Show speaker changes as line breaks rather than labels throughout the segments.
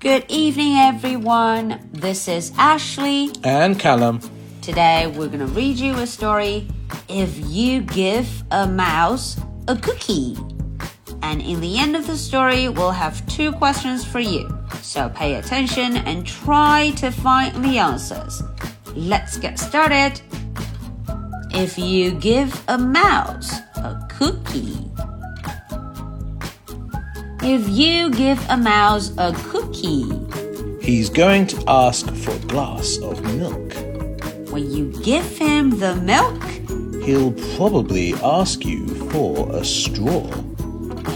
Good evening, everyone. This is Ashley.
and Callum.
Today, we're going to read you a story If You Give a Mouse a Cookie. And in the end of the story, we'll have two questions for you. So pay attention and try to find the answers. Let's get started. If you give a mouse a cookie. If you give a mouse a cookie.
He's going to ask for a glass of milk.
When you give him the milk
He'll probably ask you for a straw.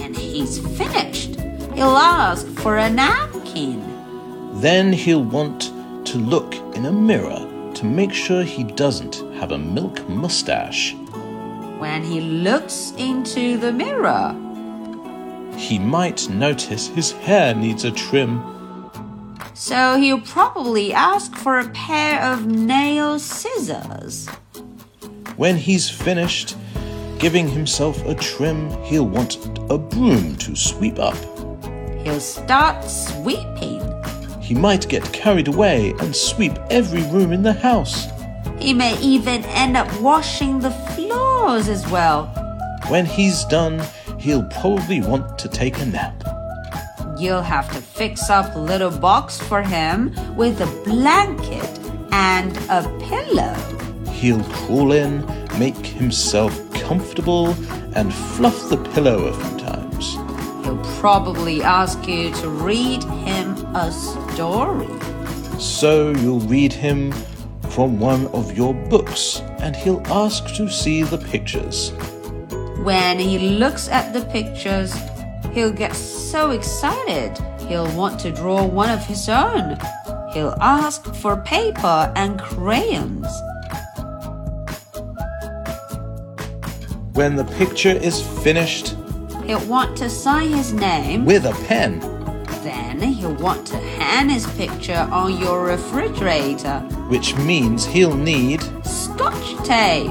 and he's finished, he'll ask for a napkin.
Then he'll want to look in a mirror to make sure he doesn't have a milk mustache.
When he looks into the mirror,
He might notice his hair needs a trim.
so he'll probably ask for a pair of nail scissors.
When he's finished giving himself a trim, he'll want a broom to sweep up.
He'll start sweeping.
He might get carried away and sweep every room in the house.
He may even end up washing the floors as well.
When he's done, he'll probably want to take a nap.
You'll have to fix up a little box for him with a blanket and a pillow.
He'll crawl in, make himself comfortable, and fluff the pillow a few times.
He'll probably ask you to read him a story.
So you'll read him from one of your books, and he'll ask to see the pictures.
When he looks at the pictures, he'll get so excited. He'll want to draw one of his own. He'll ask for paper and crayons.
When the picture is finished,
He'll want to sign his name.
with a pen,
Then he'll want to hang his picture on your refrigerator.
which means he'll need,
Scotch tape.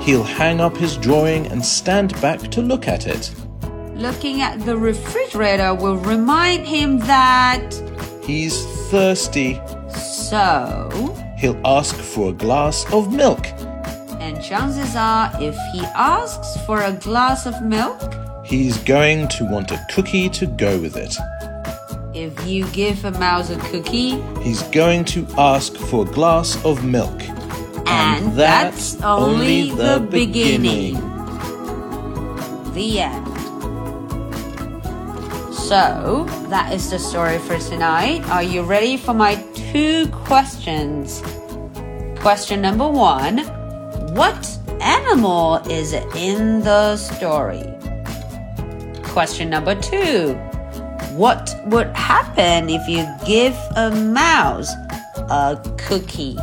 he'll hang up his drawing and stand back to look at it.
Looking at the refrigerator will remind him that.
He's thirsty.
So.
He'll ask for a glass of milk.
And chances are, if he asks for a glass of milk,
He's going to want a cookie to go with it.
if you give a mouse a cookie,
He's going to ask for a glass of milk.
and, that's only the beginning. The end. So, that is the story for tonight. Are you ready for my two questions? Question number one What animal is in the story? Question number two What would happen if you give a mouse a cookie?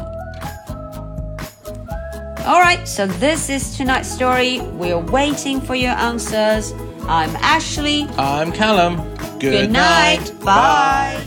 All right, so this is tonight's story. We're waiting for your answers. I'm Ashley.
I'm Callum. Good,
Good night. Bye.